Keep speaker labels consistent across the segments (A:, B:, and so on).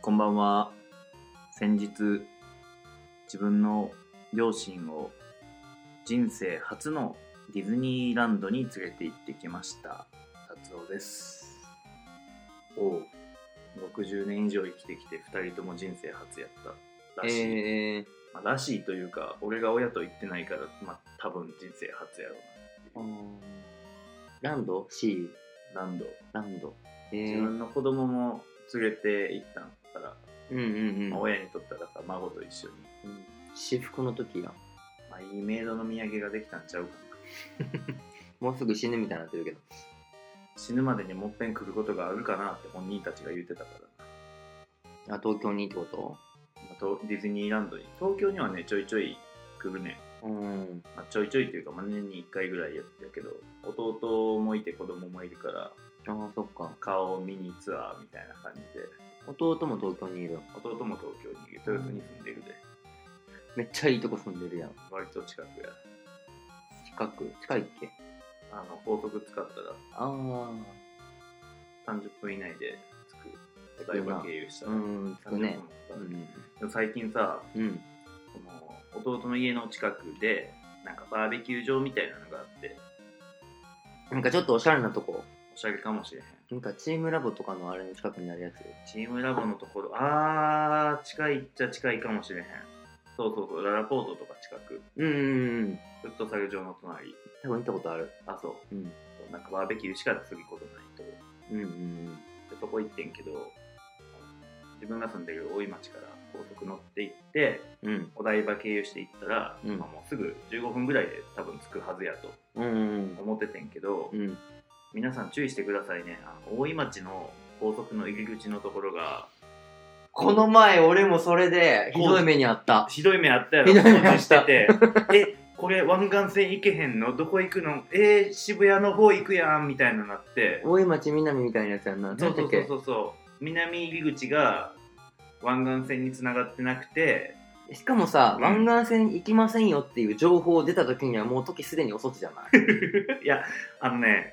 A: こんばんは。先日、自分の両親を人生初のディズニーランドに連れて行ってきました。達夫です。おう、60年以上生きてきて2人とも人生初やったらしい。
B: え
A: まあらしいというか、俺が親と言ってないから、まあ多分人生初やろ
B: ー、ランド ?C?
A: うな。ランド。
B: ランド。え
A: 自分の子供も連れて行ったんから、
B: うんうん
A: まあ
B: うん。
A: 親にとったらさ、孫と一緒に。
B: うん私服の時やん。
A: まあ、いいメイドの土産ができたんちゃうかな。
B: もうすぐ死ぬみたいになってるけど。
A: 死ぬまでにもっぺん来ることがあるかなって本人たちが言ってたからな
B: あ、東京にってこと
A: まあとディズニーランドに東京にはねちょいちょい来るね、
B: うん。
A: まあ、ちょいちょいっていうか、まあ、年に1回ぐらいやってるけど弟もいて子供もいるから
B: ああ、そっか。
A: 顔を見にツアーみたいな感じで
B: 弟も東京にいる。
A: 弟も東京にいる豊洲に住んでるで
B: めっちゃいいとこ住んでるやん。
A: 割と近くや
B: 近く。近いっけ
A: あの高速使ったら
B: ああ。
A: 30分以内で着くお台場経由した
B: う
A: ら、
B: ん、
A: 30
B: つく
A: 分
B: ね
A: も。かか
B: う
A: る
B: ん。
A: でも最近さ
B: うん。
A: その弟の家の近くでなんかバーベキュー場みたいなのがあって
B: なんかちょっとおしゃれなとこ。
A: おしゃれかもしれへん
B: なんかチームラボとかのあれの近くにあるやつ。
A: チームラボのところあー近いっちゃ近いかもしれへんそうそうそうララポートとか近く
B: うんうんうん。
A: フットサル場の隣
B: 多分行ったことある。
A: あそう
B: うん。
A: そうなんかバーベキューしかすることないとこ
B: うんうん
A: でそこ行ってんけど自分が住んでる大井町から高速乗って行って
B: うん。うん。
A: お台場経由して行ったら、
B: うん
A: まあもうすぐ15分ぐらいで多分着くはずやと
B: うんうん
A: 思っててんけど、
B: うん。うん。
A: 皆さん注意してくださいねあの大井町の高速の入り口のところが
B: この前俺もそれでひどい目にあった。
A: ひどい目あったやろ
B: ひどい目あった
A: しててえこれ湾岸線行けへんのどこ行くのえー、渋谷の方行くやんみたいななって
B: 大井町南みたいなやつやんな。
A: そうそうそう
B: う。
A: そうそう南入り口が湾岸線に繋がってなくて
B: しかもさ、
A: うん
B: 湾岸線行きませんよっていう情報出た時にはもう時すでに遅しじゃ ない
A: いやあのね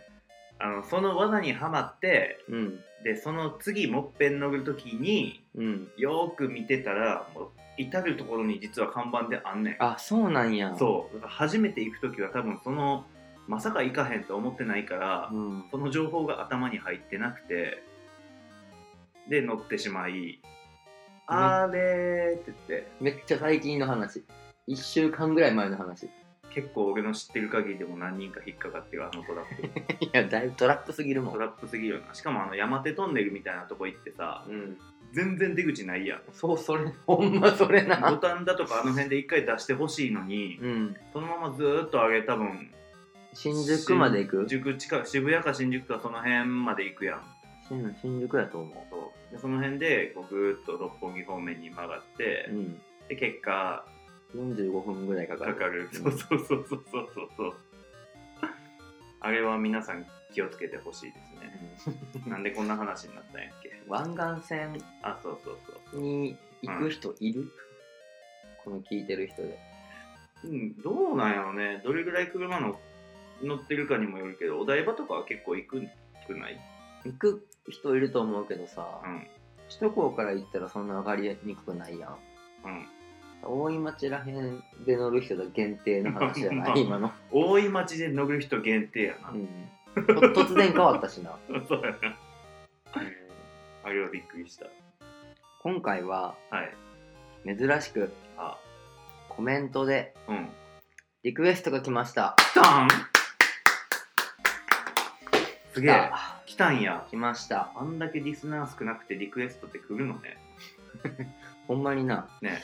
A: あのその罠にはまって
B: うん。
A: でその次もっぺん乗る時に
B: うん。
A: よーく見てたらもう至る所に実は看板であんねん
B: あ、そうなんや。
A: そうだから初めて行く時は多分そのまさか行かへんと思ってないから、
B: うん。
A: その情報が頭に入ってなくてで乗ってしまい「あれ」って言って
B: めっちゃ最近の話。一週間ぐらい前の話。い
A: 結構俺の知ってる限りでも何人か引っかかってるあのトラップ
B: や、だいぶトラップすぎるも
A: ト
B: ん。
A: ラップすぎるよなしかもあの山手トンネルみたいなとこ行ってさ
B: うん。
A: 全然出口ないやん
B: そう、それ、ほんまそれ
A: 五
B: な。
A: 反田とかあの辺で一回出してほしいのに
B: うん。
A: そのままずーっと上げ多分
B: 新宿まで行く
A: 新宿近く渋谷か新宿かその辺まで行くやん
B: 新新宿やと思
A: そうでその辺でこうぐーっと六本木方面に曲がって
B: う。うん。
A: で結果
B: 45分ぐらいか
A: か
B: かる。
A: かる そうそうそうそうそうそうそうあれは皆さん気をつけてほしいですね なんでこんな話になったんやっけ
B: 湾岸線
A: あそうそうそう
B: に行く人いる、この聞いてる人で。
A: うんどうなんやろねどれぐらい車の乗ってるかにもよるけどお台場とかは結構行くんくない
B: 行く人いると思うけどさ、
A: うん
B: 首都高から行ったらそんな上がりにくくないやん。
A: うん
B: 大井町らへんで乗る人だ限定の話じゃな い今の。
A: 大井町で乗る人限定やな、
B: うんと突然変わったしな。
A: そうやなあれはびっくりした
B: 今回は
A: はい
B: 珍しく
A: あ
B: コメントで
A: うん
B: リクエストが来ました。
A: 来たんすげえ
B: あ
A: 来たんや
B: 来ました。
A: あんだけリスナー少なくてリクエストって来るのね
B: ほんまにな。
A: ね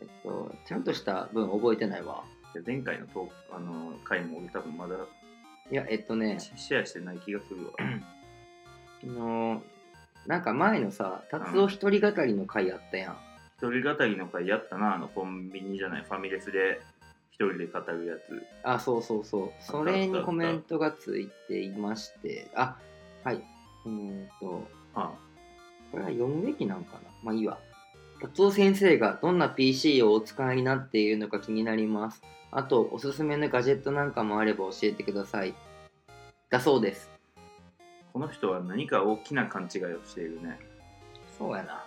B: えっと、ちゃんとした文覚えてないわ。
A: で前回のトークあの回も俺多分まだ
B: いや、えっとね、
A: シェアしてない気がするわ
B: あのーなんか前のさ達夫一人語りの回あったやん、
A: 一人語りの回やったなあのコンビニじゃないファミレスで一人で語るやつ
B: あそうそうそうそれにコメントがついていましてあはいえーっと
A: あ
B: これは読むべきなんかなまあいいわ達夫先生がどんな PC をお使いになっているのか気になりますあとおすすめのガジェットなんかもあれば教えてくださいだそうです
A: この人は何か大きな勘違いをしているね
B: そうやな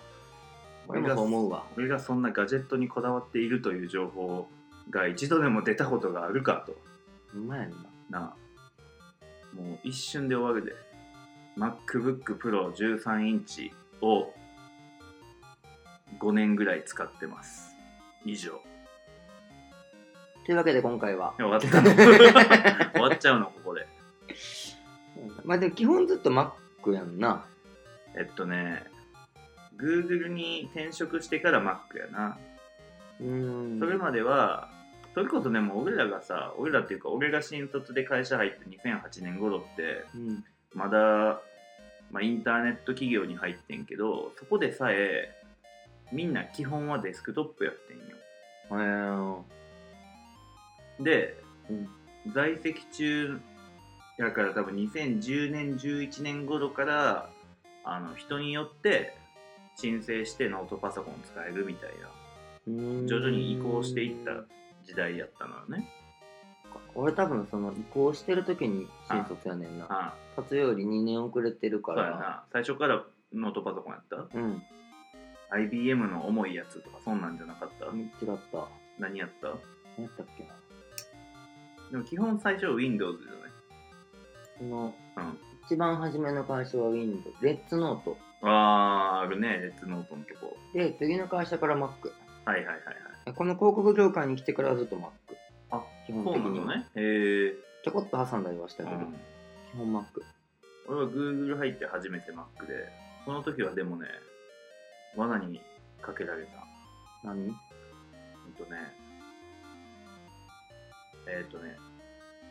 B: 俺もそう思うわ。
A: 俺がそんなガジェットにこだわっているという情報が一度でも出たことがあるかと
B: うまいな。
A: なあもう一瞬で終わるで MacBook Pro 13インチを5年ぐらい使ってます以上
B: というわけで今回は。
A: 終わったの終わっちゃうのここで
B: まあでも基本ずっと Mac やんな。
A: えっとね Google に転職してから Mac やな
B: うーん。
A: それまではそれこそねもう俺らがさ俺らっていうか俺が新卒で会社入って2008年頃って
B: うん。
A: まだ、まあ、インターネット企業に入ってんけどそこでさえみんな基本はデスクトップやってんよ
B: えー
A: で、
B: うん
A: 在籍中やから多分2010年11年頃からあの人によって申請してノートパソコン使えるみたいな
B: うーん
A: 徐々に移行していった時代やったのよね
B: 俺多分その移行してる時に新卒やねんな。
A: あ
B: 卒業より2年遅れてる
A: あ
B: か
A: そうや
B: ら。
A: な最初からノートパソコンやった
B: うん。
A: IBM の重いやつとかそんなんじゃなかった、
B: 違った。何
A: 何やった
B: やったっけな。
A: でも基本最初 Windows じ
B: その、
A: ゃない
B: 一番初めの会社は Windows。レッツノート。
A: うん。あー、あるね、レッツノートのとこ。
B: で、次の会社から Mac。
A: はいはいはいはい。
B: この広告業界に来てからはずっと Mac。
A: あ、
B: 基
A: そう
B: 本
A: な
B: 的に
A: の
B: は。
A: ね。へえ。
B: ちょこっと挟んだりはした
A: う
B: けど、
A: ん。
B: 基本 Mac。
A: 俺は Google 入って初めて Mac で、その時はでもね、罠にかけられた。ほ
B: 何
A: んとね。えっ、とね、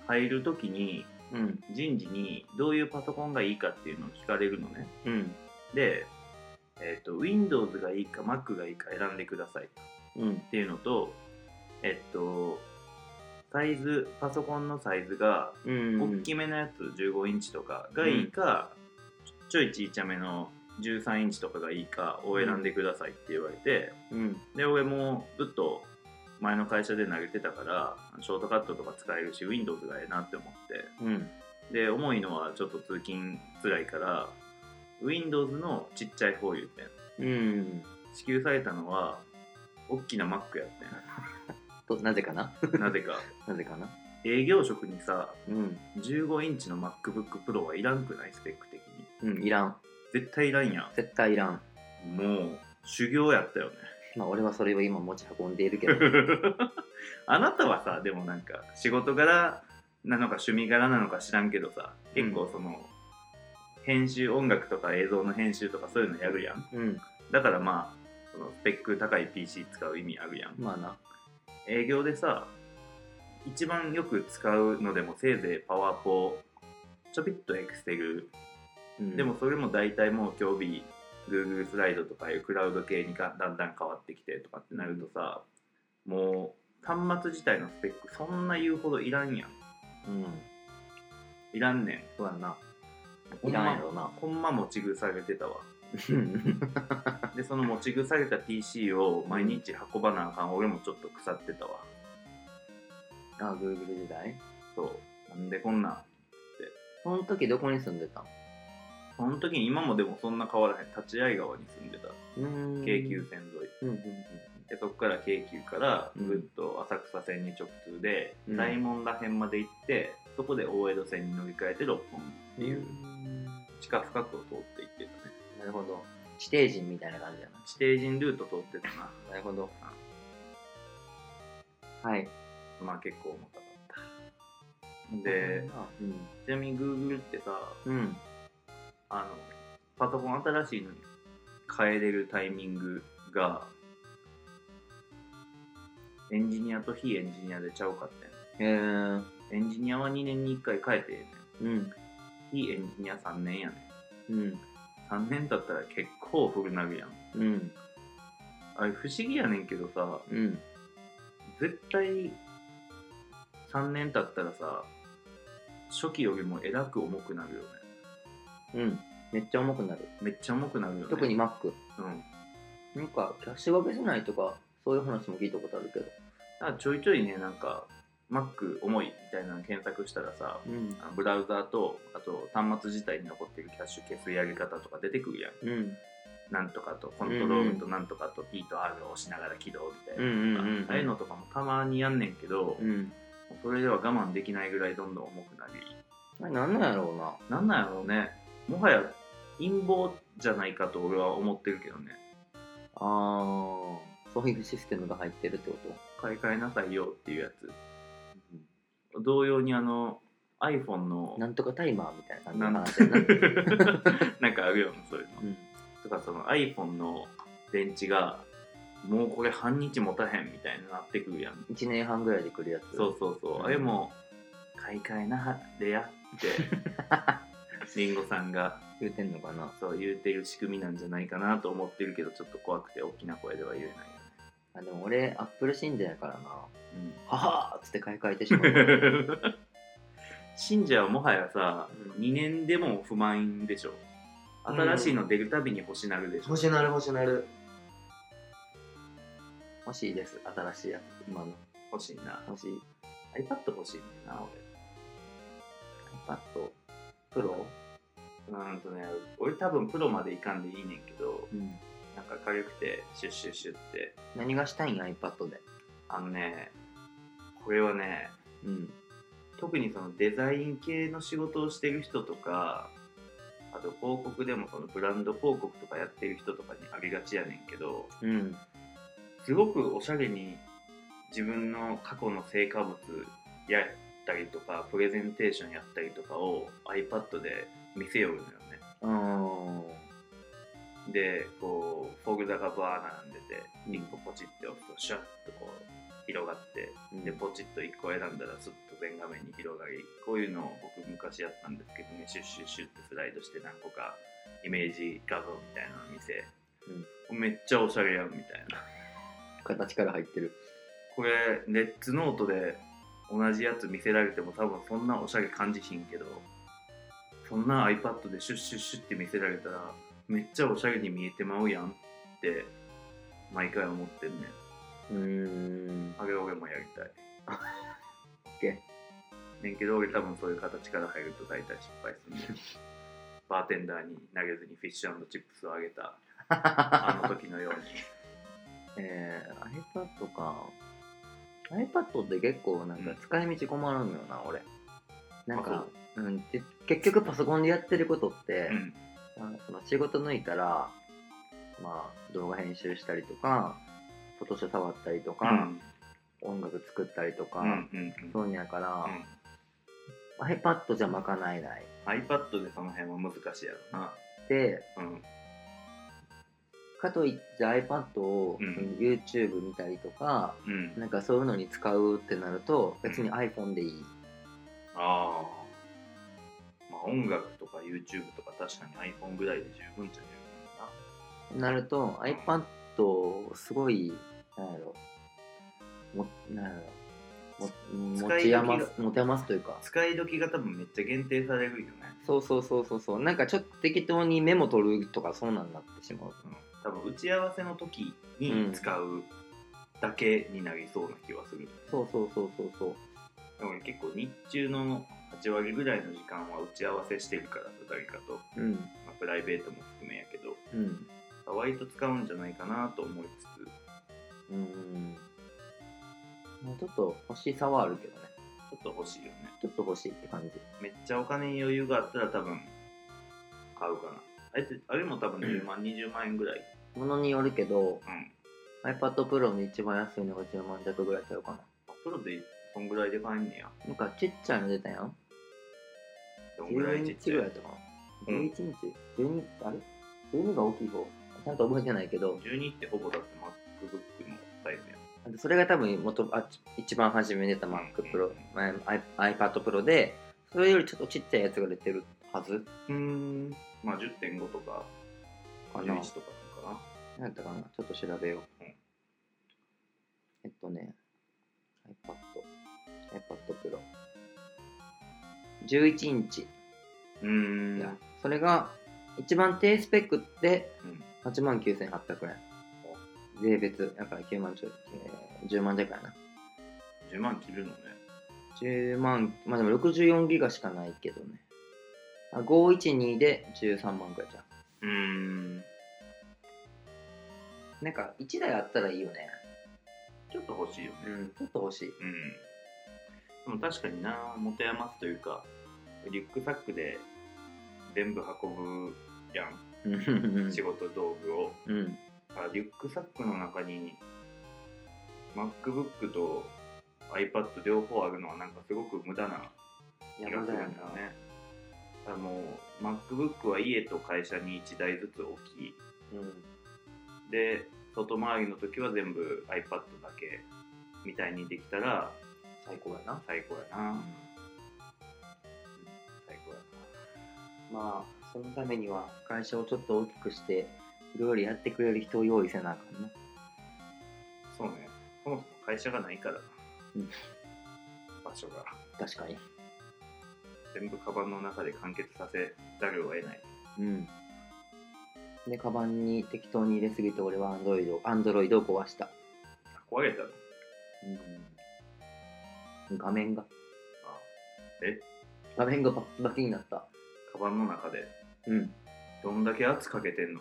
A: 入る時に、
B: うん。
A: 人事にどういうパソコンがいいかっていうのを聞かれるのね。
B: うん。
A: で、えっ、と、Windows がいいか Mac がいいか選んでください。
B: うん
A: っ。ていうのと、えっと、サイズ、パソコンのサイズが、
B: うん。
A: 大きめのやつ、15インチとかがいいか、ちょいちいちゃめの13インチとかがいいかを選んでくださいって言われて、
B: うん。
A: で、俺もずっと前の会社で投げてたから、ショートカットとか使えるし、Windows がええなって思っ
B: うん。
A: て、で、重いのはちょっと通勤辛いから、Windows のちっちゃい方言ってん。
B: うん。
A: 支給されたのは、大きな Mac やっ
B: と、なぜかな
A: てん。なぜか。
B: なぜかな
A: 営業職にさ
B: うん。
A: 15インチの MacBookPro はいらんくないスペック的に
B: うん。いらん。
A: 絶対いらんや
B: 絶対いらん。
A: んもう修行やったよね
B: まあ、俺はそれを今持ち運んでいるけど。
A: あなたはさでもなんか仕事柄なのか趣味柄なのか知らんけどさ結構その、編集音楽とか映像の編集とかそういうのやるやん
B: うん。
A: だからまあそのスペック高い PC 使う意味あるやん
B: まあな。
A: 営業でさ一番よく使うのでもせいぜいパワーポちょびっとエクセル
B: うん
A: でも、それも大体もう今日日 Google スライドとかいうクラウド系にかだんだん変わってきてとかってなるとさもう端末自体のスペックそんな言うほどいらんやん
B: うん。
A: いらんね
B: そうやな。
A: ん
B: いらんやろな。
A: ほんま持ち腐れてたわ
B: うん。
A: でその持ち腐れた PC を毎日運ばなあかん俺もちょっと腐ってたわ
B: あ、Google 時代
A: そうなんでこんな
B: その時どこに住んでたの
A: その時に今もでもそんな変わらへん立ち会い川に住んでた
B: うん
A: 京急線沿い
B: うんうん
A: でそこから京急から
B: うん
A: ずっと浅草線に直通で、
B: うん
A: 大門ら辺まで行ってそこで大江戸線に乗り換えて六本木っていう地下深くを通って行ってたね
B: なるほど地底人みたいな感じだな
A: 地底人ルート通ってたな
B: なるほどはい
A: まあ結構重たかったで
B: うん
A: ちなみに Google ってさ
B: うん
A: あのパソコン新しいのに変えれるタイミングがエンジニアと非エンジニアでちゃうかってん
B: えー、
A: エンジニアは2年に1回変えてええねん
B: うん
A: 非エンジニア3年やねん
B: うん
A: 3年経ったら結構古なるやん
B: うん
A: あれ不思議やねんけどさ
B: うん
A: 絶対3年経ったらさ初期よりもえらく重くなるよね
B: うんめっちゃ重くなる
A: めっちゃ重くなるよね
B: 特に Mac
A: うん
B: なんかキャッシュ分けせないとかそういう話も聞いたことあるけど
A: だからちょいちょいねなんか Mac 重いみたいなの検索したらさ
B: うん
A: あのブラウザーとあと端末自体に残ってるキャッシュ消すやり方とか出てくるやん
B: うん
A: なんとかとコントロールとなんとかと P と R を押しながら起動みた
B: う
A: い
B: ん
A: な、
B: うんうん
A: ああいうのとかもたまにやんねんけど、
B: うん
A: それでは我慢できないぐらいどんどん重くなり
B: あれなんなんやろうな
A: なんなんやろうねもはや陰謀じゃないかと俺は思ってるけどね
B: あーそういうシステムが入ってるってこと
A: 買い替えなさいよっていうやつ同様にあの iPhone の
B: なんとかタイマーみたいな
A: なん
B: 感じの話 やな
A: なんかあるよねそういうの
B: うん
A: とかその iPhone の電池がもうこれ半日持たへんみたいになってくるやん
B: 1年半ぐらいで来るやつ
A: そうそうそう、
B: うん
A: あれも買い替えなでやって りんごさんが
B: 言うてんのかな
A: そう言うてる仕組みなんじゃないかなと思ってるけどちょっと怖くて大きな声では言えないよ
B: あでも俺アップル信者やからな
A: ね、
B: ははーっつって買い替えてしま
A: う
B: う
A: ん、信者はもはやさ
B: うん
A: 2年でも不満でしょ新しいの出るたびに欲しなるでしょ、
B: 欲しなる欲しなる欲しいです新しいやつ今の
A: 欲しいな
B: 欲しい
A: iPad 欲しいねんな俺
B: iPad プロ
A: うーんとね、俺多分プロまでいかんでいいねんけど、
B: うん
A: なんか軽くて、シュッシュッシュって、
B: 何がしたいん iPad で
A: あのね、これはね、
B: うん
A: 特にそのデザイン系の仕事をしてる人とか、あと広告でもそのブランド広告とかやってる人とかにありがちやねんけど、
B: うん
A: すごくおしゃれに自分の過去の成果物やったりとか、プレゼンテーションやったりとかを iPad で見せようのよね。
B: あー
A: でこうフォルダがバー並んでて
B: うん
A: 1個ポチって押すとシャッとこう広がって
B: うん
A: でポチッと1個選んだらスッと全画面に広がりこういうのを僕昔やったんですけどねシュッシュッシュッってスライドして何個かイメージ画像みたいなの見せ、めっちゃおしゃれやんみたいな
B: 形から入ってる
A: これレッツノートで同じやつ見せられても多分そんなおしゃれ感じひんけどそんな iPad でシュッシュッシュッって見せられたらめっちゃおしゃれに見えてまうやんって毎回思ってんねん
B: うーん
A: あげ俺もやりたい
B: OK
A: ねんけど俺多分そういう形から入ると大体失敗するねんバーテンダーに投げずにフィッシュチップスをあげたあの時のように
B: えー、iPad か iPad って結構なんか使い道困るんだよな、俺なん
A: あ
B: かうん、で結局パソコンでやってることって、
A: うん
B: まあその仕事抜いたら、まあ、動画編集したりとかフォトショ触ったりと
A: う
B: か、
A: ん
B: 音楽作ったりとか、
A: うんうんうん
B: そういうんやから
A: う、ん
B: iPad じゃ賄えない
A: iPad でその辺は難しいやろな
B: で
A: うん
B: かといって iPad を、
A: うん
B: その YouTube 見たりとか
A: うん
B: なんかそういうのに使うってなると別に iPhone でいい
A: ああ。まあ音楽とか YouTube とか確かに iPhone ぐらいで十分じゃ
B: なると iPad をすごいなんやろもなんやろも
A: 使い
B: 持ち
A: 時が
B: 余す持て余すというか
A: 十分やな。使い時が多分めっちゃ限定されるよね。
B: そうそうそうそうそうなんかちょっと適当にメモ取るとかそうなんなってしまう
A: うん多分打ち合わせの時に使うだけになりそうな気はする。
B: そうそうそうそうそう
A: でも俺結構日中の8割ぐらいの時間は打ち合わせしてるからさ、誰かと。
B: うん
A: まあ、プライベートも含めやけど、
B: うん
A: 割と使うんじゃないかなと思いつつ、
B: うんまあちょっと欲しさはあるけどね
A: ちょっと欲しいよね。
B: ちょっと欲しいって感じ
A: めっちゃお金に余裕があったら多分買うかなあれってあれも多分10万、20万円ぐらい
B: ものによるけど
A: うん
B: iPad Pro の一番安いのが10万弱ぐらいちゃうかな
A: あプロでこんぐらいで買えんねや
B: なんかちっちゃいの出たやん
A: どんぐらい
B: 11
A: ちっ
B: イン
A: ち
B: チ
A: ゃ
B: ぐ
A: い
B: らいだったかな、
A: うん
B: 11インチ12あれ12が大きい方ちゃんと覚えてないけど
A: 12ってほぼだって MacBook のサイズやん
B: それが多分元あ一番初めに出た MacPro、前 i- iPad Pro でそれよりちょっとちっちゃいやつが出てるはず
A: うんまあ10.5とか
B: か
A: 11
B: な
A: とかなんか
B: 何やったかなちょっと調べよう、
A: うん
B: えっとね iPad iPad Pro 11インチ、
A: なうん
B: いやそれが一番低スペックで
A: うん
B: 8万9800円、税別だから9万ちょい、えー10万弱やな
A: 10万切るのね
B: 10万まあでも64ギガしかないけどねあ512で13万くらいじゃ
A: う
B: ん
A: ん
B: なんか1台あったらいいよね。
A: ちょっと欲しいよね
B: うん、ちょっと欲しい。
A: うんでも確かにな持て余すというかリュックサックで全部運ぶやん、
B: うん
A: 仕事道具を
B: うん。
A: あリュックサックの中に MacBook と iPad 両方あるのはなんかすごく無駄な気が
B: 山
A: す
B: だ
A: るん
B: よ
A: だ
B: な
A: よね。あの MacBook は家と会社に1台ずつ置き
B: うん。
A: で外回りの時は全部 iPad だけみたいにできたら
B: 最高だな。
A: 最高やな、
B: 最高だな。まあ、そのためには会社をちょっと大きくして、いろいろやってくれる人を用意せなあかんな。
A: そうねそもそも会社がないからな、
B: うん
A: 場所が
B: 確かに。
A: 全部カバンの中で完結させざるを得ない
B: うん。で、カバンに適当に入れすぎて俺はアンドロイド、アンドロイドを壊した。
A: 壊れたの
B: うん。画面が、
A: あ
B: 画面がバッキバキになった。
A: カバンの中で
B: うん。
A: どんだけ圧かけてん の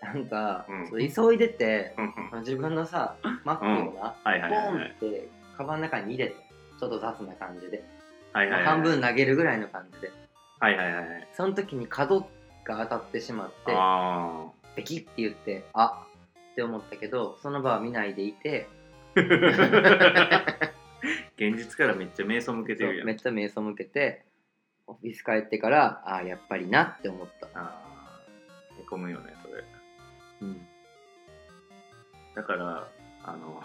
B: なんか、
A: うん
B: そう急いでて、
A: は
B: 自分のさ、マックをな、
A: いは
B: ポ
A: いはいは
B: ン
A: い
B: って、カバンの中に入れて、ちょっと雑な感じで、
A: はいはいはい
B: 半分投げるぐらいの感じで、
A: はいはいはいはい
B: その時に角が当たってしまって、
A: あ
B: ペキって言って、あって思ったけど、その場は見ないで いて、
A: ー現実からめっちゃ瞑想向けて
B: そう
A: るやん
B: めっちゃ目背けてオフィス帰ってからああやっぱりなって思った、
A: あーへこむよねそれ
B: うん、
A: だからあの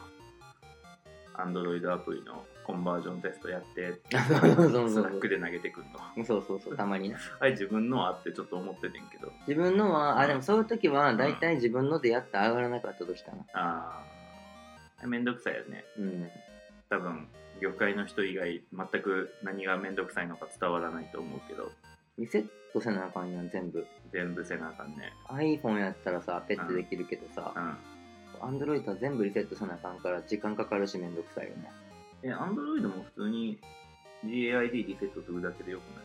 A: アンドロイドアプリのコンバージョンテストやって
B: そうそうそう
A: スナックで投げてくんの
B: そうそうそうたまにな
A: あれ自分のはってちょっと思っててんけど
B: 自分のはあでもそういう時は大体自分のでやって上がらなかった時かな
A: あーあれめんどくさいよね
B: うん
A: 多分業界の人以外全く何がめんどくさいのか伝わらないと思うけど
B: リセットせなあかんやん全部
A: 全部せなあかんね
B: iPhone やったらさペッてできるけど
A: う
B: さ
A: ん
B: Android は全部リセットせなあかんから時間かかるしめんどくさいよね
A: えアンドロイドも普通に GAID リセットするだけでよくな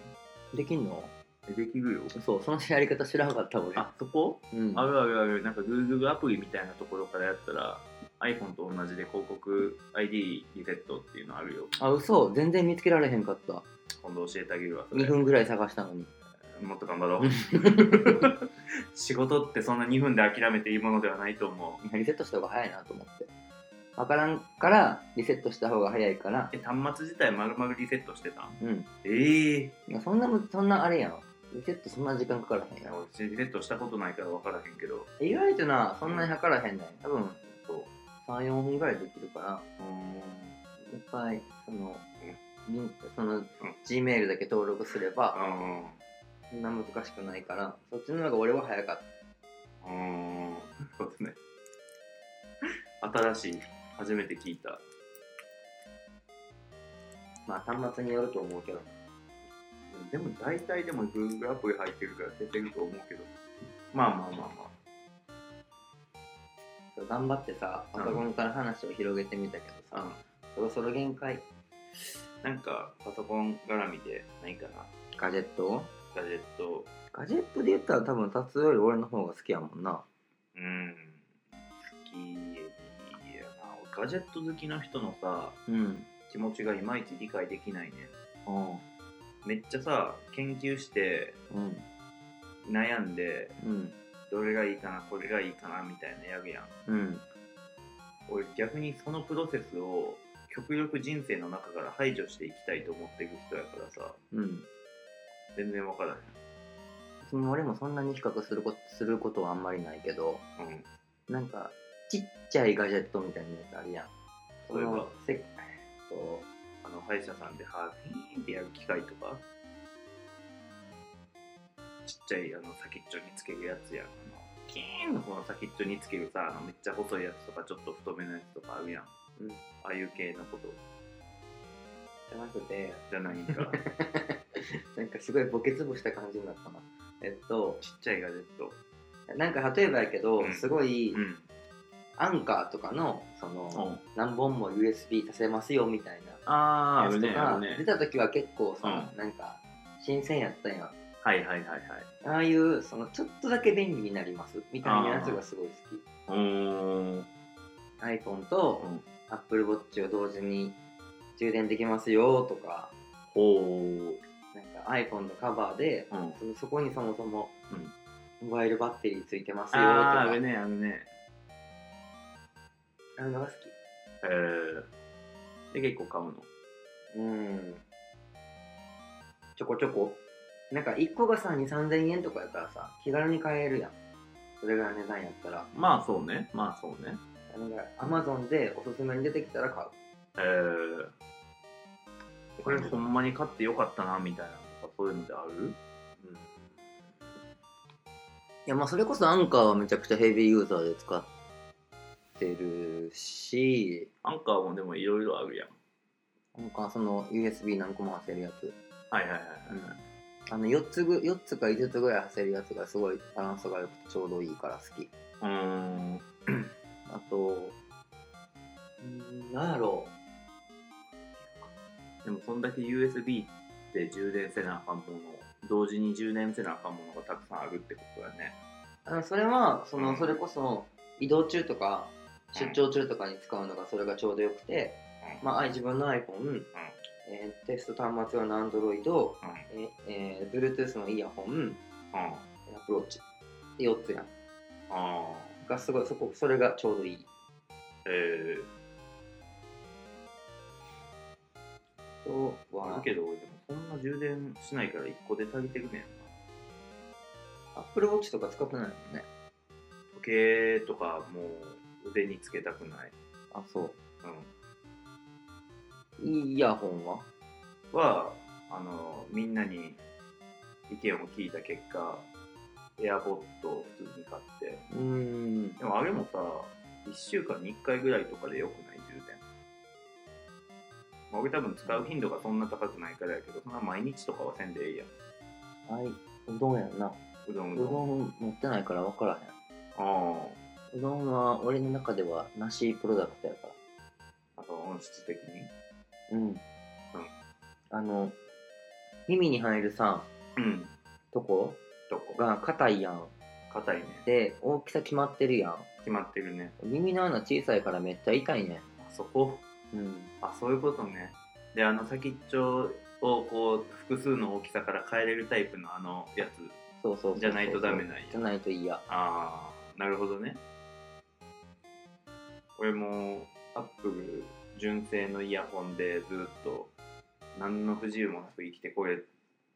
B: できんの
A: いえできるよ
B: そうそのやり方知らなかった俺
A: あそこ
B: うん
A: あるあるある、なんか Google アプリみたいなところからやったら iPhone と同じで広告 ID リセットっていうのあるよ。
B: あ嘘全然見つけられへんかった
A: 今度教えてあげるわ、それ
B: 2。分ぐらい探したのに
A: もっと頑張ろう。 仕事ってそんな2分で諦めていいものではないと思う。
B: リセットした方が早いなと思って。わからんから、リセットした方が早いから、
A: え、端末自体丸々リセットしてたん
B: うん。
A: ええ
B: そんなむ、そんなあれやん。リセットそんな時間かからへんやん。
A: 俺リセットしたことないから分からへんけど。
B: 意外とな、そんなに測らへんねん。多分、
A: そう。
B: 3、4分ぐらいできるから、
A: うーん。
B: いっぱい、その、リンク、その、Gmail だけ登録すれ
A: あ
B: ば、
A: ー
B: そんな難しくないから、そっちの方が俺は早かっ
A: うーん。なるほどね。新しい。初めて聞いた。
B: た。まあ、端末によると思うけど。
A: でも大体でも Google アプリ入ってるから出てると思うけど。まあまあまあま
B: 頑張ってさ、パソコンから話を広げてみたけど
A: あ。
B: さ、そろそろ限界。
A: うん、なんかパソコン絡みでないかな。
B: ガジェットを
A: ガジェット。
B: ガジェットで言ったら多分達より俺の方が好きやもんな。
A: うん。好きやな。俺ガジェット好きの人のさ、
B: うん。
A: 気持ちがいまいち理解できないね。
B: うん。
A: めっちゃさ、研究して
B: うん。
A: 悩んで、
B: うん。
A: どれがいいかな、これがいいかなみたいなやるやん。
B: うん。
A: 俺逆にそのプロセスを極力人生の中から排除していきたいと思ってる人やからさ、
B: うん。
A: 全然わからない。
B: 別に俺もそんなに比較すること、することはあんまりないけど、
A: うん。
B: なんか、ちっちゃいガジェットみたいなやつあるやん。
A: 例えば、
B: せえっと、
A: あの歯医者さんで歯ピーンってやる機械とか、ちっちゃいあの先っちょにつけるやつや、あのキーンのこの先っちょにつけるさ、あのめっちゃ細いやつとか、ちょっと太めのやつとかあるやん。
B: うん
A: ああいう系のこと
B: じゃなくて、
A: じゃない んか。ちっ
B: なんかすごいボケつぶした感じになったな。えっと、
A: ちゃいガジェット。
B: なんか例えばやけど、
A: うん
B: すごい、
A: うん。
B: アンカーとかの、その、何本も USB させますよみたいな。
A: あー、あ
B: や
A: る
B: つと
A: ね、あ
B: か、
A: る
B: 出
A: ね。
B: た時は結構さ、なんか新鮮やったんや
A: はいはいはいはい。
B: ああいうそのちょっとだけ便利になりますみたいなやつがすごい好き
A: うーん
B: iPhone と
A: うん
B: Apple Watch を同時に充電できますよとか
A: ほ
B: なんか iPhone のカバーで
A: う、うん、
B: そのそこにそもそも
A: うん
B: モバイルバッテリーついてますよと
A: あーあ
B: か
A: れねあれね
B: あるのが好き
A: えー、で結構買うの
B: うんちょこちょこなんか1個がさ2 3 0 0円とかやからさ気軽に買えるやんそれぐらいの値段やったら
A: まあそうねまあそうね
B: なんか Amazon でおすすめに出てきたら買う
A: えー、これほんまに買ってよかったなみたいなとかそういうのである
B: うんいやまあそれこそアンカーはめちゃくちゃヘビーユーザーで使ってるし
A: アンカーもでもいろいろあるやん
B: アンカーその USB 何個も貼せるやつ、
A: はいはいはい
B: あの4つぐ4つか5つぐらい貼せるやつがすごいバランスが良くてちょうどいいから好き
A: はいうん
B: あとうんなんやろ
A: でもそんだけ USB って充電せなあかんもの同時に充電せなあかんものがたくさんあるってことだね
B: うあのそれはその、
A: うん
B: それこそ移動中とか出張中とかに使うのがそれがちょうどよくて、
A: ま
B: まあ、自分の iPhone、えーテスト端末用の Android、
A: あ
B: ええー Bluetooth のイヤホン、
A: うんうん
B: アプローチ。4つやん。
A: ああ
B: がすごい、そこ、それがちょうどいい。
A: ええ
B: と
A: ー、あ
B: は
A: る、けど俺でもそんな充電しないから1個で足りてるねんな
B: Apple Watch とか使ってないもんね。
A: 時計とかもう腕につけたくない
B: あ、そうう。いいイヤホンは
A: んはあのみんなに意見を聞いた結果エアボットを普通に買って
B: うーん。
A: でもあれもさ1週間に1回ぐらいとかでよくない充電、まあ、俺多分使う頻度がそんな高くないからやけどそんな毎日とかはせんでええやん
B: あいうどんやんな。
A: うどん
B: う
A: う
B: ど
A: どん
B: ん持ってないから分からへ
A: あ
B: ん。うどんは俺の中ではなしプロダクトやから。
A: ああと音質的に
B: うん。あの、耳に入るさ、
A: うん
B: とこ
A: とこが
B: が硬いやん。
A: 硬いね
B: で、大きさ決まってるやん。
A: 決まってるね
B: 耳の穴小さいからめっちゃ痛いね。
A: あそこ
B: うん。
A: あそういうことねであの先っちょをこう複数の大きさから変えれるタイプのあのやつ
B: そうそうそうそう
A: じゃないとダメなんや
B: じゃないといいや。
A: ああなるほどね俺もアップル純正のイヤホンでずっと何の不自由もなく生きてこれて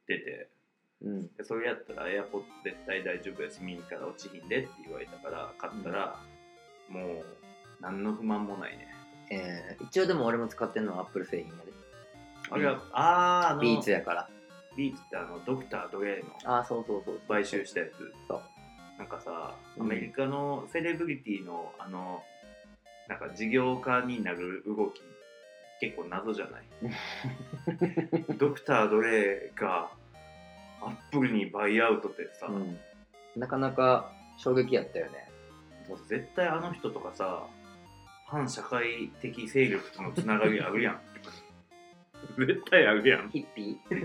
A: て
B: うん。
A: でそれやったら AirPods 絶対大丈夫やし耳から落ちひんでって言われたから買ったら、もう何の不満もないね
B: えー、一応でも俺も使ってんのは Apple 製品やで。
A: あれは、
B: うん
A: あーあの
B: ビーツやから。
A: ビーツってあのドクター・ドレイの
B: あー、そうそうそう。
A: 買収したやつ
B: そう。
A: なんかさ
B: う
A: ア
B: ん
A: メリカのセレブリティのあのなんか事業家になる動き結構謎じゃない ドクター・ドレイがアップルにバイアウトってさ、
B: うん。なかなか衝撃やったよね。
A: 絶対あの人とかさ反社会的勢力とのつながりあるやん 絶対あるやん
B: ヒッピ
A: な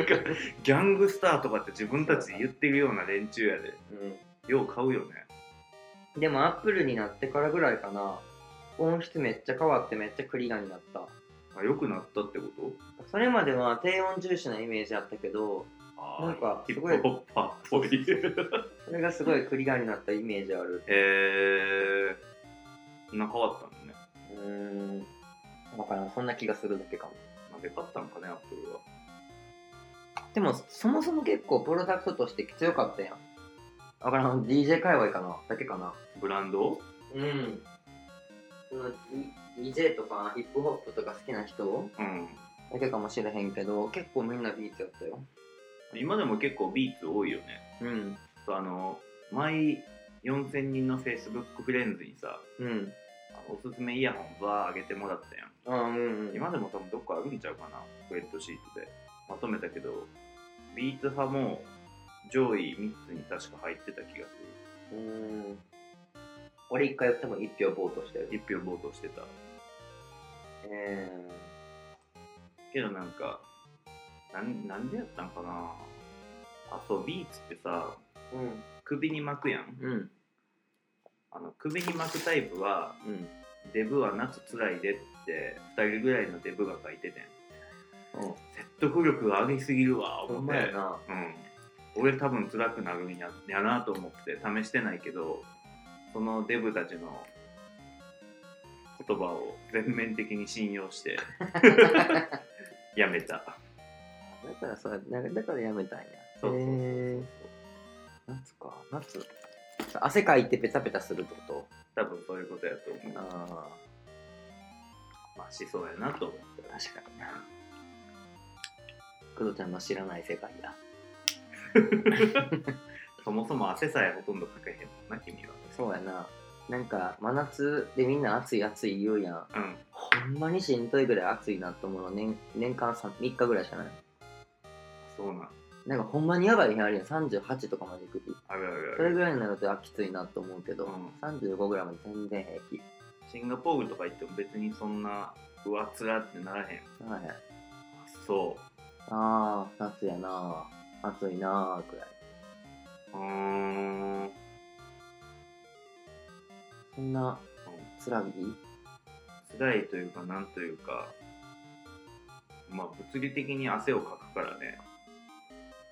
A: んかギャングスターとかって自分たちで言ってるような連中やで
B: ー
A: よう買うよね
B: うん。でも Apple になってからぐらいかな。音質めっちゃ変わってめっちゃクリアになった。
A: あ良くなったってこと
B: それまでは低音重視なイメージあったけど、
A: あー
B: なんか
A: ヒ
B: す
A: ッ
B: ごい
A: プホッパーっぽ い。
B: それがすごいクリアになったイメージある。
A: えー、な変わったのね。
B: うーん。だからんそんな気がするだけかも。
A: なんで買ったのかね、アップルは。
B: でもそもそも結構プロダクトとして強かったやん。だからん DJ 界隈かなだけかな。
A: ブランドを
B: うん。その D- DJ とかヒップホップとか好きな人
A: うん。
B: だけかもしれへんけど、結構みんなビーツやったよ。
A: 今でも結構ビーツ多いよね。
B: うん。
A: あの、毎4000人の Facebook フレンズにさ、
B: うん。
A: あのおすすめイヤホンばー上げてもらったやん。
B: ああ、うんうん。
A: 今でも多分どっかあるんちゃうかな、スレッドシートで。まとめたけど、ビーツ派も上位3つに確か入ってた気がする。
B: うーん。俺一回多分一票ボートしてる。
A: 一票暴投してた。
B: え
A: けどなんかなんなんでやったんかなあそうビーツってさ
B: ー。うん。
A: 首に巻くやん
B: うん。
A: あの首に巻くタイプは
B: うん
A: デブは夏つらいでって2人ぐらいのデブが書いててん説得力が上げすぎるわ
B: ほ
A: 思
B: ん
A: っ
B: まや
A: て、
B: な
A: うん、俺多分辛くなるんややなと思って試してないけどそのデブたちの言葉を全面的に信用して やめた
B: だからさなんかだからやめたんや
A: そうそうそうそう
B: へー夏か夏汗かいてペタペタするってこと
A: 多分そういうことやと思う
B: あ
A: まあしそうやなと思って
B: あ確かにな工藤ちゃんの知らない世界だ
A: そもそも汗さえほとんどかけへんもんな君は
B: そうやななんか真夏でみんな暑い暑い言うやん
A: うん
B: ほんまにしんどいぐらい暑いなと思うの年年間 3, 日ぐらいしかない
A: そうなん
B: なんかほんまにやばい日あるやん38とかまで行く日
A: あるある
B: そ
A: あ
B: れ
A: る
B: ぐらいになるとあきついなと思うけど、
A: うん
B: 35ぐらいまで全然平気
A: シンガポールとか行っても別にそんなうわつらってならへん
B: はいはい
A: そ
B: ああ夏やな暑いなーくらいう
A: うーん
B: そんなつらぎ
A: 辛いというかなんというかまあ物理的に汗をかくからね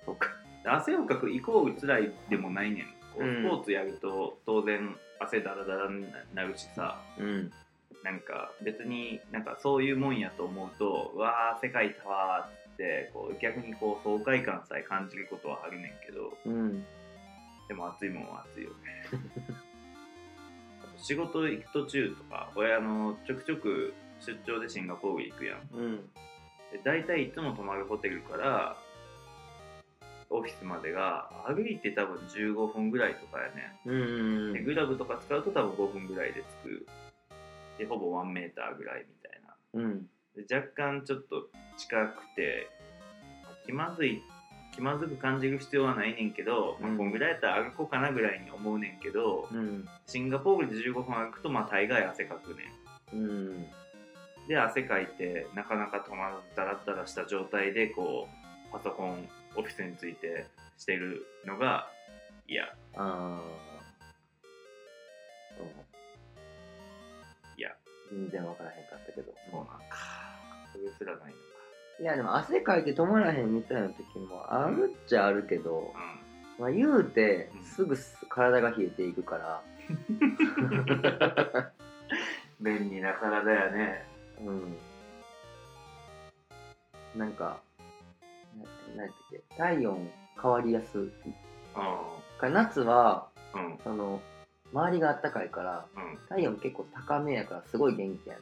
B: そうか
A: 汗をかくイコール辛いでもないねんこう
B: うん
A: スポーツやると当然汗だらだらになるしさ
B: うん
A: なんか別になんかそういうもんやと思うとうわー世界たわーってこう逆にこう爽快感さえ感じることはあるねんけど
B: うん
A: でも暑いもんは暑いよね あと仕事行く途中とか俺あのちょくちょく出張でシンガポール行くやん
B: うん
A: で大体いつも泊まるホテルからオフィスまでが歩いて多分15分ぐらいとかやね、
B: うんうん
A: でグラブとか使うと多分5分ぐらいで着くでほぼ1メーターぐらいみたいな
B: うん
A: で若干ちょっと近くて気まずい気まずく感じる必要はないねんけど、まあ
B: うん
A: こんぐらいやったら歩こうかなぐらいに思うねんけど、
B: うん
A: シンガポールで15分歩くとまあ大概汗かくねん
B: うん
A: で汗かいてなかなか止まらずダラッダラした状態でこうパソコンオフィスについてしてるのが嫌
B: ああそう
A: いや
B: 全然わからへんかったけど
A: そうなんかそれすらないの
B: いやでも汗かいて止まらへんみたいな時もあるっちゃあるけど、
A: か
B: まあ、言うて
A: うん
B: すぐ体が冷えていくから、
A: うん便利な体やね
B: うん、なんかななんだっけ体温変わりやすい
A: うん
B: か夏は
A: うん
B: その周りが暖かいから
A: うんうん
B: 体温結構高めやからすごい元気やねん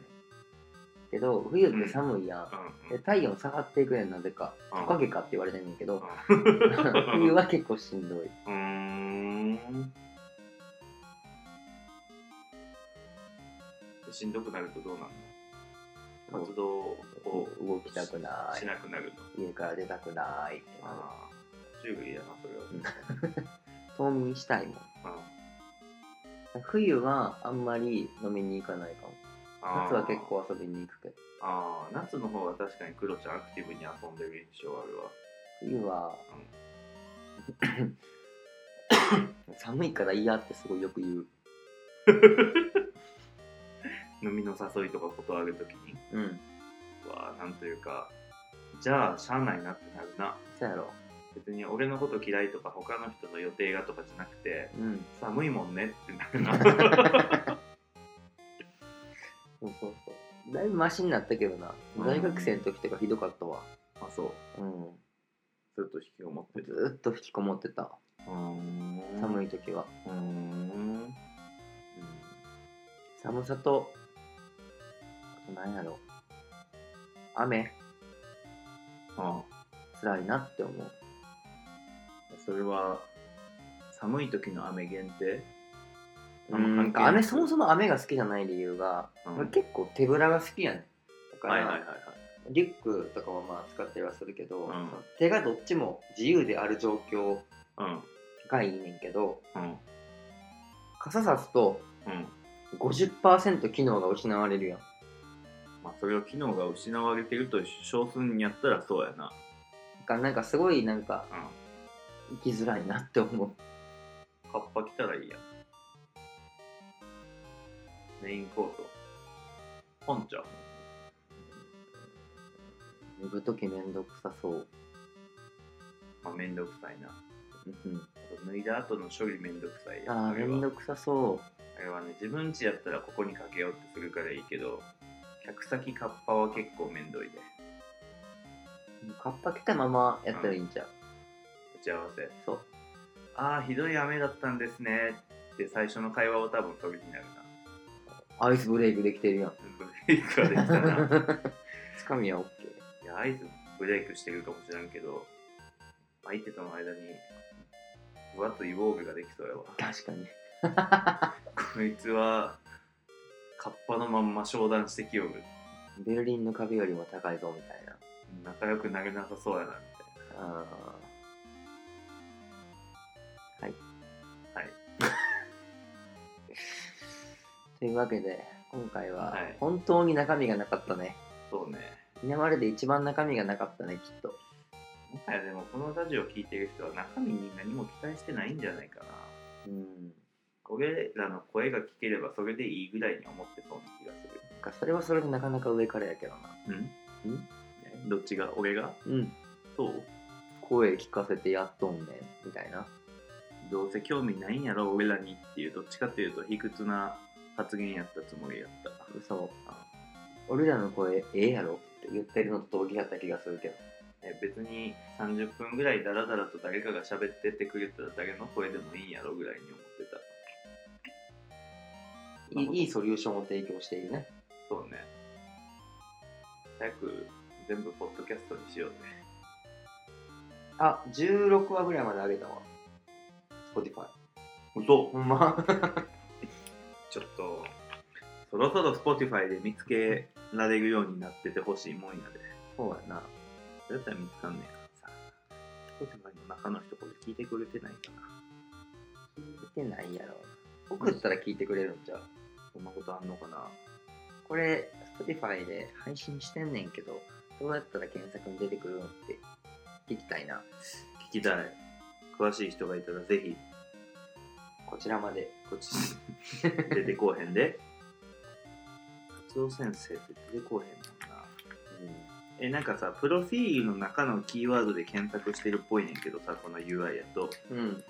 B: けど冬って寒いやん、
A: うん
B: で体温下がっていくねんなぜか
A: うん
B: トカゲかって言われてんねんけど
A: うん
B: 冬は結構しん どい
A: うんうーんしんどくなるとどうなるの活動を
B: 動きたくな
A: しなくなるの
B: い家から出たくないってなる
A: ああ注意やなそれは
B: 冬眠したいもん冬はあんまり飲みに行かないかも夏は結構遊びに行くけど
A: ああ夏の方は確かにクロちゃんアクティブに遊んでる印象あるわ
B: 冬は 寒いから嫌ってすごいよく言う
A: 飲みの誘いとか断るときに
B: うん
A: わあなんというかじゃあしゃあないなってなるな
B: そうやろ
A: 別に俺のこと嫌いとか他の人の予定がとかじゃなくて
B: うん
A: 寒いもんねってなるな
B: そうそうそうだいぶマシになったけどな
A: うん
B: 大学生の時とかひどかったわ
A: あそう
B: うん
A: ずっと引きを持って
B: ず
A: る
B: ーっと引きこもってた寒
A: 寒
B: い時は
A: うーん
B: 寒さとあと何やろ雨
A: あ
B: 辛いなって思う
A: あそれは寒い時の雨限定あ
B: うん
A: ま関係ない
B: んか雨そもそも雨が好きじゃない理由が、
A: うん
B: 俺結構手ぶらが好きやねんだから、
A: はいはいはいはい
B: リュックとかはまあ使ったりはするけど、
A: うん
B: 手がどっちも自由である状況
A: うん
B: がいいねんけど
A: うん
B: 傘さすと
A: うん
B: 50%機能が失われるやん
A: まあ、それを機能が失われてると少数にやったらそうやな。
B: だからなんかすごいなんか
A: う。
B: 生きづらいなって思うん
A: カッパ来たらいいやん。レインコート。ポンチョ。
B: 脱ぐときめんどくさそう。
A: まあ、めんどくさいな。
B: うん
A: 脱いだ後の処理めんどくさい
B: うん、ああ、
A: れ
B: めん
A: は
B: どくさそ
A: あれはね、自分家やったらここにかけようってするからいいけど、客先カッパは結構めんどいで。
B: う。カッパ着たままやったらいいんちゃう。
A: 打ち合わせ。
B: そう。
A: ああ、ひどい雨だったんですね。って最初の会話を多分そういうふうになるな。
B: アイスブレイクできてるやん。
A: ブレイクはできた な。
B: つかみは OK。
A: いや、アイスブレイクしてるかもしれんけど、相手との間に、分厚い防具ができそうやわ。
B: 確かに。
A: こいつは、カッパのまんま商談してきよる。
B: ベルリンの壁よりも高いぞみたいな。
A: 仲良くなれなさそうやな、み
B: あ
A: たいな。はい。
B: ー というわけで、今回は
A: はい
B: 本当に中身がなかったね。
A: そうね。
B: 今までで一番中身がなかったね、きっと。
A: もはやでも、このラジオ聞いてる人は中身に何も期待してないんじゃないかな。
B: うん。
A: これらの声が聞ければそれでいいぐらいに思ってそうな気がする。
B: なんかそれはそれでなかなか上からやけどな。
A: うんんどっちが俺が
B: うん。
A: そう
B: 声聞かせてやっとんねん、みたいな。
A: どうせ興味ないんやろ俺らにっていうどっちかっていうと卑屈な発言やったつもりやった
B: そう。俺らの声ええやろって言ってるのと同義やった気がするけど。
A: え別に30分ぐらいダラダラと誰かが喋ってってくれたら誰の声でもいいんやろぐらいに思ってた
B: いいいいソリューションを提供しているね。
A: そうね早く全部ポッドキャストにしようね
B: あ、16話ぐらいまで上げたわ。Spotify。
A: 嘘
B: ほんま
A: ちょっとそろそろ Spotify で見つけられるようになっててほしいもんやで
B: そうやな。
A: どうやったら見つかんねえからさ Spotify の中の人これ聞いてくれてないかな
B: 聞いてないやろ。送ったら聞いてくれるんちゃう
A: そんなことあんのかな
B: これ、Spotify で配信してんねんけど、どうやったら検索に出てくるのって聞きたいな。
A: 聞きたい詳しい人がいたらぜひ
B: こちらまで。
A: こっち出てこうへんで達夫先生って出てこうへんもんなえなんかさプロフィールの中のキーワードで検索してるっぽいねんけどさこの UI やと
B: うん。うん。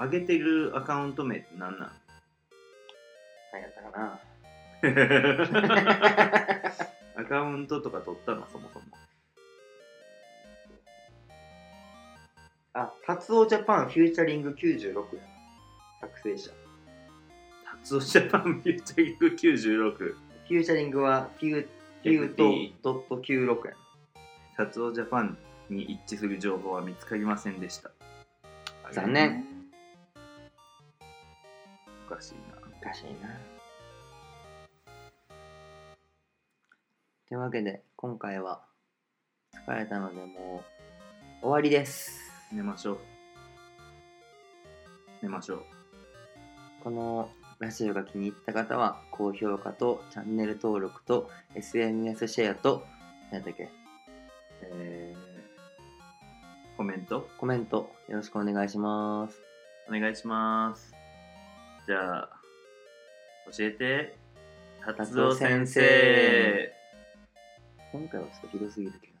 A: 上げてるアカウント名って何 なん
B: 何やったかな。
A: アカウントとか取ったのそもそも
B: あ、達夫ジャパンフューチャリング96やな。作成者。
A: 達夫ジャパンフューチャリング96
B: フューチャリングはフュー、フュー
A: FT
B: トドット96やな。
A: 達夫ジャパンに一致する情報は見つかりませんでした
B: 残念
A: おかしいな
B: おかしいな。というわけで、今回は疲れたのでもう終わりです。
A: 寝ましょう寝ましょう
B: このラジオが気に入った方は、高評価とチャンネル登録と SNS シェアと、何だっけ、
A: えー、コメント
B: コメントよろしくお願いします。
A: お願いしますじゃあ教えて達夫先
B: 達夫先
A: 生
B: 今回はちょっとひどすぎるけど。